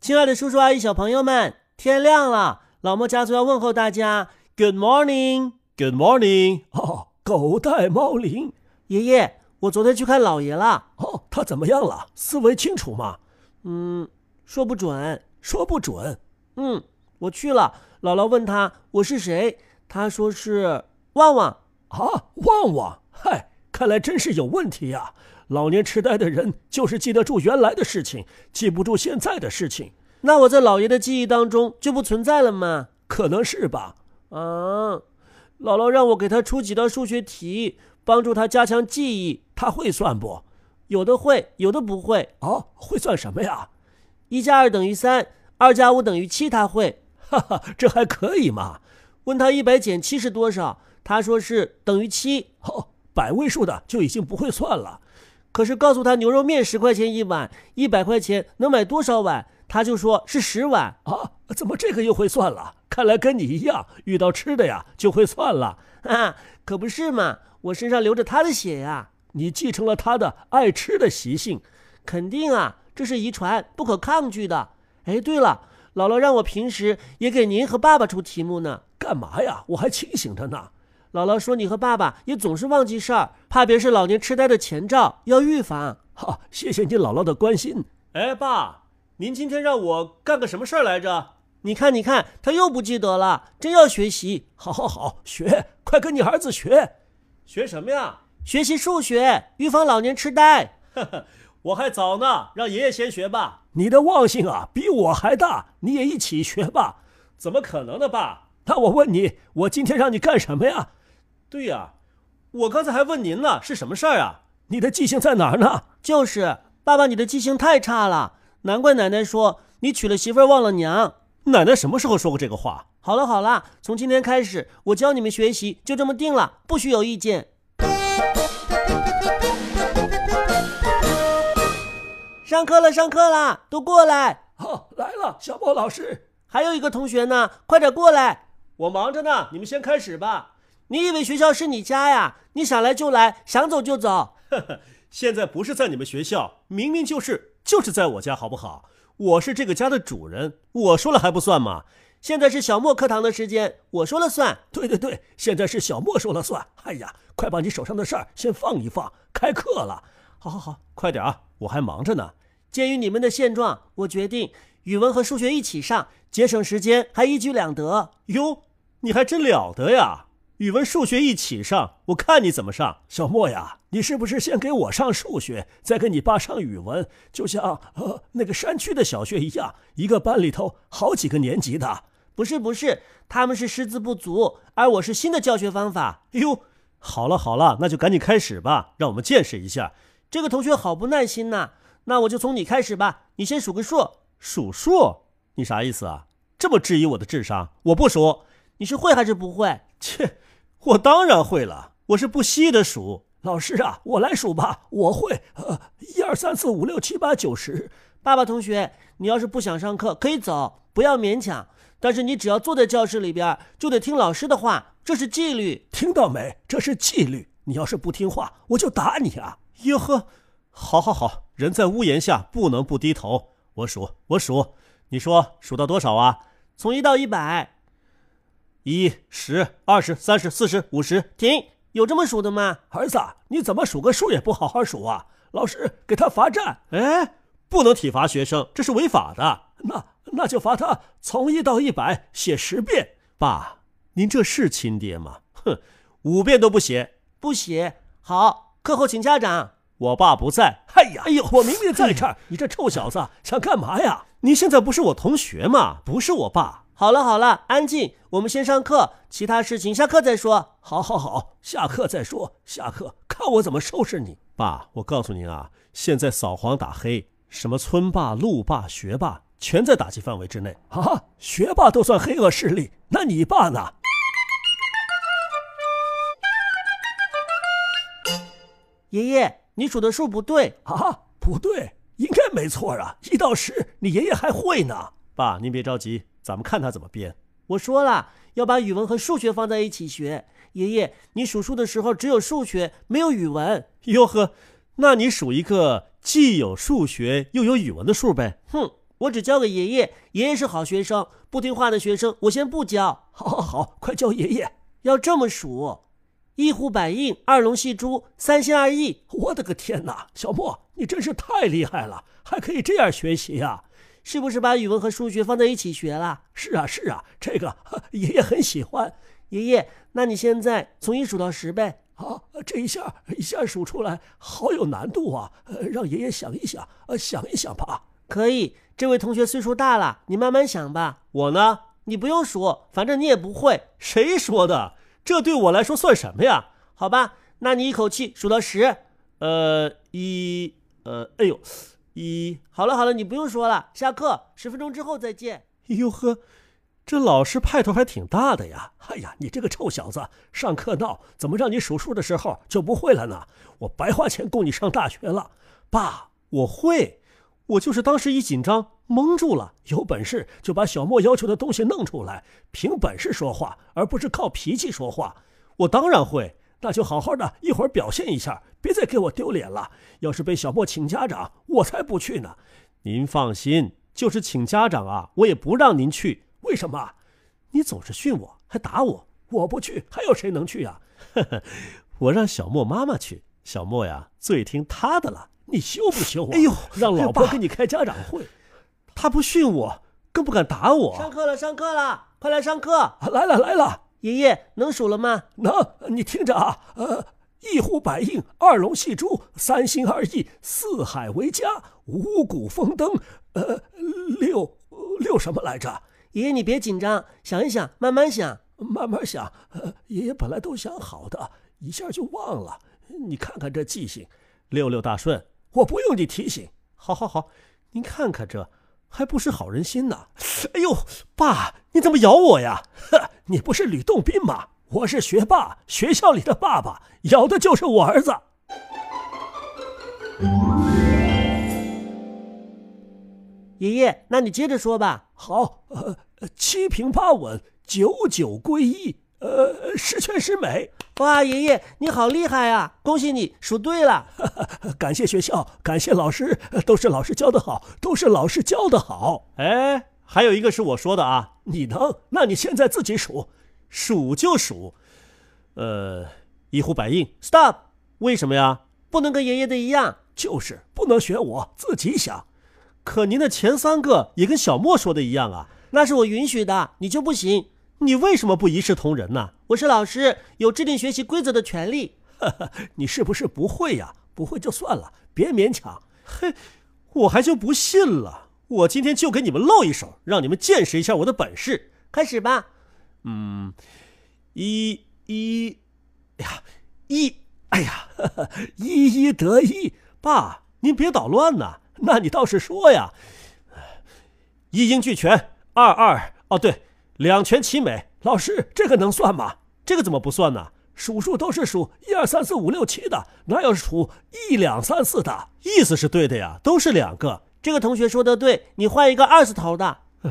亲爱的叔叔阿姨、小朋友们，天亮了，老莫家族要问候大家，Good morning，Good morning。哦，狗带猫铃。爷爷，我昨天去看姥爷了。哦，他怎么样了？思维清楚吗？嗯，说不准，说不准。嗯，我去了。姥姥问他我是谁，他说是旺旺。啊，旺旺！嗨，看来真是有问题呀、啊。老年痴呆的人就是记得住原来的事情，记不住现在的事情。那我在姥爷的记忆当中就不存在了吗？可能是吧。啊，姥姥让我给他出几道数学题，帮助他加强记忆。他会算不？有的会，有的不会。哦，会算什么呀？一加二等于三，二加五等于七，他会。哈哈，这还可以嘛？问他一百减七是多少，他说是等于七。哦，百位数的就已经不会算了。可是告诉他牛肉面十块钱一碗，一百块钱能买多少碗？他就说是十碗 啊！怎么这个又会算了？看来跟你一样，遇到吃的呀就会算了啊！可不是嘛，我身上流着他的血呀！你继承了他的爱吃的习性，肯定啊，这是遗传，不可抗拒的。哎，对了，姥姥让我平时也给您和爸爸出题目呢。干嘛呀？我还清醒着呢。姥姥说：“你和爸爸也总是忘记事儿，怕别是老年痴呆的前兆，要预防。”好，谢谢你姥姥的关心。哎，爸，您今天让我干个什么事儿来着？你看，你看，他又不记得了，真要学习。好好好，学，快跟你儿子学。学什么呀？学习数学，预防老年痴呆。 呵呵，我还早呢，让爷爷先学吧。你的忘性啊，比我还大，你也一起学吧。怎么可能呢，爸？那我问你，我今天让你干什么呀？对呀、啊，我刚才还问您呢，是什么事儿啊？你的记性在哪儿呢？就是爸爸，你的记性太差了，难怪奶奶说你娶了媳妇忘了娘。奶奶什么时候说过这个话？好了好了，从今天开始，我教你们学习，就这么定了，不许有意见。上课了，上课了，都过来。哦，来了，小莫老师，还有一个同学呢，快点过来，我忙着呢，你们先开始吧。你以为学校是你家呀？你想来就来，想走就走。呵呵，现在不是在你们学校，明明就是就是在我家，好不好？我是这个家的主人，我说了还不算吗？现在是小莫课堂的时间，我说了算。对对对，现在是小莫说了算。哎呀，快把你手上的事儿先放一放，开课了。好好好，快点啊，我还忙着呢。鉴于你们的现状，我决定语文和数学一起上，节省时间，还一举两得。哟，你还真了得呀！语文、数学一起上，我看你怎么上。小莫呀，你是不是先给我上数学，再给你爸上语文？就像呃那个山区的小学一样，一个班里头好几个年级的。不是不是，他们是师资不足，而我是新的教学方法。哎呦，好了好了，那就赶紧开始吧，让我们见识一下。这个同学好不耐心呐、啊，那我就从你开始吧，你先数个数。数数？你啥意思啊？这么质疑我的智商？我不数。你是会还是不会？切，我当然会了，我是不惜的数。老师啊，我来数吧，我会。呃，一二三四五六七八九十。爸爸同学，你要是不想上课，可以走，不要勉强。但是你只要坐在教室里边，就得听老师的话，这是纪律。听到没？这是纪律。你要是不听话，我就打你啊！哟呵，好好好，人在屋檐下，不能不低头。我数，我数，你说数到多少啊？从一到一百。一十、二十、三十、四十、五十，停！有这么数的吗？儿子，你怎么数个数也不好好数啊？老师给他罚站！哎，不能体罚学生，这是违法的。那那就罚他从一到一百写十遍。爸，您这是亲爹吗？哼，五遍都不写，不写。好，课后请家长。我爸不在。哎呀，哎呦，我明明在这儿！你这臭小子想干嘛呀？您现在不是我同学吗？不是我爸。好了好了，安静，我们先上课，其他事情下课再说。好，好，好，下课再说。下课，看我怎么收拾你，爸！我告诉您啊，现在扫黄打黑，什么村霸、路霸、学霸，全在打击范围之内啊！学霸都算黑恶势力，那你爸呢？爷爷，你数的数不对啊！不对，应该没错啊，一到十，你爷爷还会呢。爸，您别着急。咱们看他怎么编。我说了，要把语文和数学放在一起学。爷爷，你数数的时候只有数学，没有语文。哟呵，那你数一个既有数学又有语文的数呗。哼，我只教给爷爷，爷爷是好学生，不听话的学生我先不教。好好好，快叫爷爷！要这么数：一呼百应，二龙戏珠，三心二意。我的个天哪，小莫，你真是太厉害了，还可以这样学习呀、啊！是不是把语文和数学放在一起学了？是啊，是啊，这个爷爷很喜欢。爷爷，那你现在从一数到十呗。啊，这一下一下数出来，好有难度啊！呃、让爷爷想一想，呃，想一想吧。可以，这位同学岁数大了，你慢慢想吧。我呢，你不用数，反正你也不会。谁说的？这对我来说算什么呀？好吧，那你一口气数到十。呃，一，呃，哎呦，一。好了好了，你不用说了，下课，十分钟之后再见。哟呵。这老师派头还挺大的呀！哎呀，你这个臭小子，上课闹，怎么让你数数的时候就不会了呢？我白花钱供你上大学了，爸，我会，我就是当时一紧张蒙住了。有本事就把小莫要求的东西弄出来，凭本事说话，而不是靠脾气说话。我当然会，那就好好的一会儿表现一下，别再给我丢脸了。要是被小莫请家长，我才不去呢。您放心，就是请家长啊，我也不让您去。为什么？啊你总是训我，还打我，我不去，还有谁能去呀、啊？ 我让小莫妈妈去，小莫呀，最听她的了。你羞不羞啊？哎呦，让老婆给你开家长会，他不训我，更不敢打我。上课了，上课了，快来上课！啊、来了，来了。爷爷能数了吗？能。你听着啊，呃，一呼百应，二龙戏珠，三心二意，四海为家，五谷丰登。呃，六六什么来着？爷爷，你别紧张，想一想，慢慢想，慢慢想。呃，爷爷本来都想好的，一下就忘了。你看看这记性，六六大顺，我不用你提醒。好好好，您看看这，还不是好人心呐！哎呦，爸，你怎么咬我呀？呵， 你不是吕洞宾吗？我是学霸，学校里的爸爸，咬的就是我儿子。爷爷，那你接着说吧。好，呃，七平八稳，九九归一，呃，十全十美。哇，爷爷你好厉害啊！恭喜你数对了呵呵， 感谢学校，感谢老师，都是老师教的好，都是老师教的好。哎，还有一个是我说的啊，你能？那你现在自己数，数就数，呃，一呼百应。 Stop，为什么呀？不能跟爷爷的一样，就是不能学我，自己想。可您的前三个也跟小莫说的一样啊，那是我允许的，你就不行。你为什么不一视同仁呢、啊？我是老师，有制定学习规则的权利。呵呵 你是不是不会呀、啊？不会就算了，别勉强。嘿，我还就不信了，我今天就给你们露一手，让你们见识一下我的本事。开始吧。嗯，一一，哎呀，一，哎呀， 呵一一得一。爸，您别捣乱呐、啊。那你倒是说呀！一应俱全，二二哦对，两全其美。老师，这个能算吗？这个怎么不算呢？数数都是数一二三四五六七的，哪有数一两三四的？意思是对的呀，都是两个。这个同学说的对，你换一个二字头的。唉，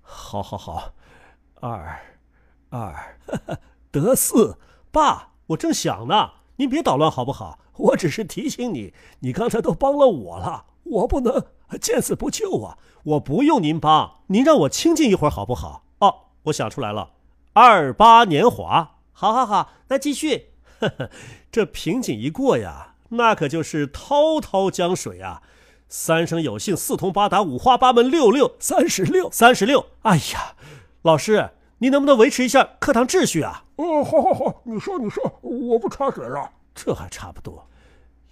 好好好，二二 得四。爸，我正想呢，您别捣乱好不好？我只是提醒你，你刚才都帮了我了。我不能见死不救啊！我不用您帮，您让我清静一会儿好不好？哦，我想出来了，二八年华。好好好，那继续。呵呵， 这瓶颈一过呀，那可就是滔滔江水啊！三生有幸，四通八达，五花八门，六六三十六，三十六。哎呀，老师，您能不能维持一下课堂秩序啊？哦，好好好，你说你说，我不插嘴了。这还差不多。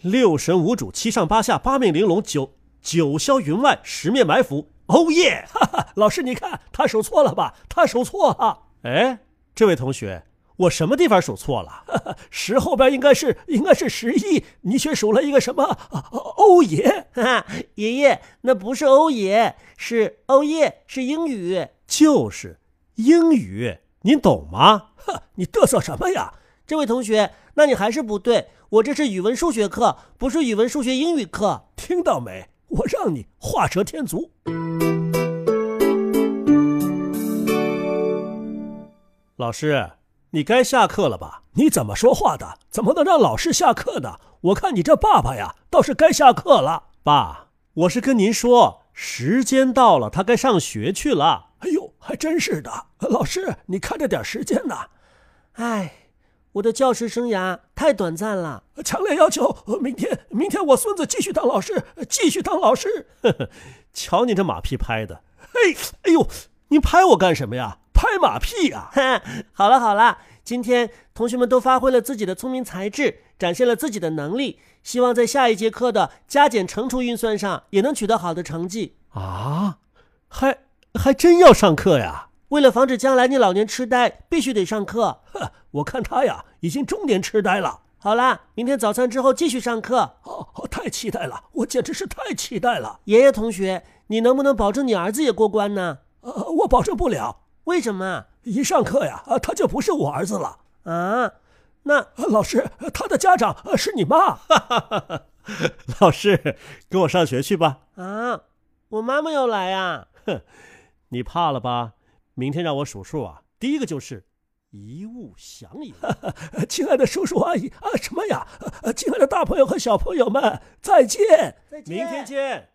六神无主，七上八下，八面玲珑，九九霄云外，十面埋伏。哦耶！Oh 哈哈，老师，你看他数错了吧？他数错啊了。哎，这位同学，我什么地方数错了？哈哈十后边应该是应该是十一，你却数了一个什么？欧、哦、耶！哈哈，爷爷，那不是欧耶，是欧耶，是英语，就是英语，您懂吗？哈，你嘚瑟什么呀？这位同学，那你还是不对。我这是语文数学课，不是语文数学英语课，听到没？我让你画蛇添足。老师，你该下课了吧？你怎么说话的？怎么能让老师下课呢？我看你这爸爸呀，倒是该下课了。爸，我是跟您说，时间到了，他该上学去了。哎呦，还真是的，老师，你看着点时间呐。唉，哎我的教师生涯太短暂了。强烈要求，呃明天，明天我孙子继续当老师，呃继续当老师。 瞧你这马屁拍的，嘿，哎呦，你拍我干什么呀？拍马屁啊！哈，好了好了，今天同学们都发挥了自己的聪明才智，展现了自己的能力，希望在下一节课的加减乘除运算上也能取得好的成绩。啊，还还真要上课呀？为了防止将来你老年痴呆，必须得上课。哼，我看他呀，已经中年痴呆了。好啦，明天早餐之后继续上课。哦，哦太期待了，我简直是太期待了。爷爷同学，你能不能保证你儿子也过关呢？呃，我保证不了，为什么一上课呀，啊，他就不是我儿子了。啊？那啊老师，呃他的家长呃是你妈。老师，跟我上学去吧。啊，我妈妈要来啊。你怕了吧？明天让我数数啊。第一个就是一物降一物。呃 亲爱的叔叔阿姨啊啊，什么呀？呃呃亲爱的大朋友和小朋友们，再见。再见明天见。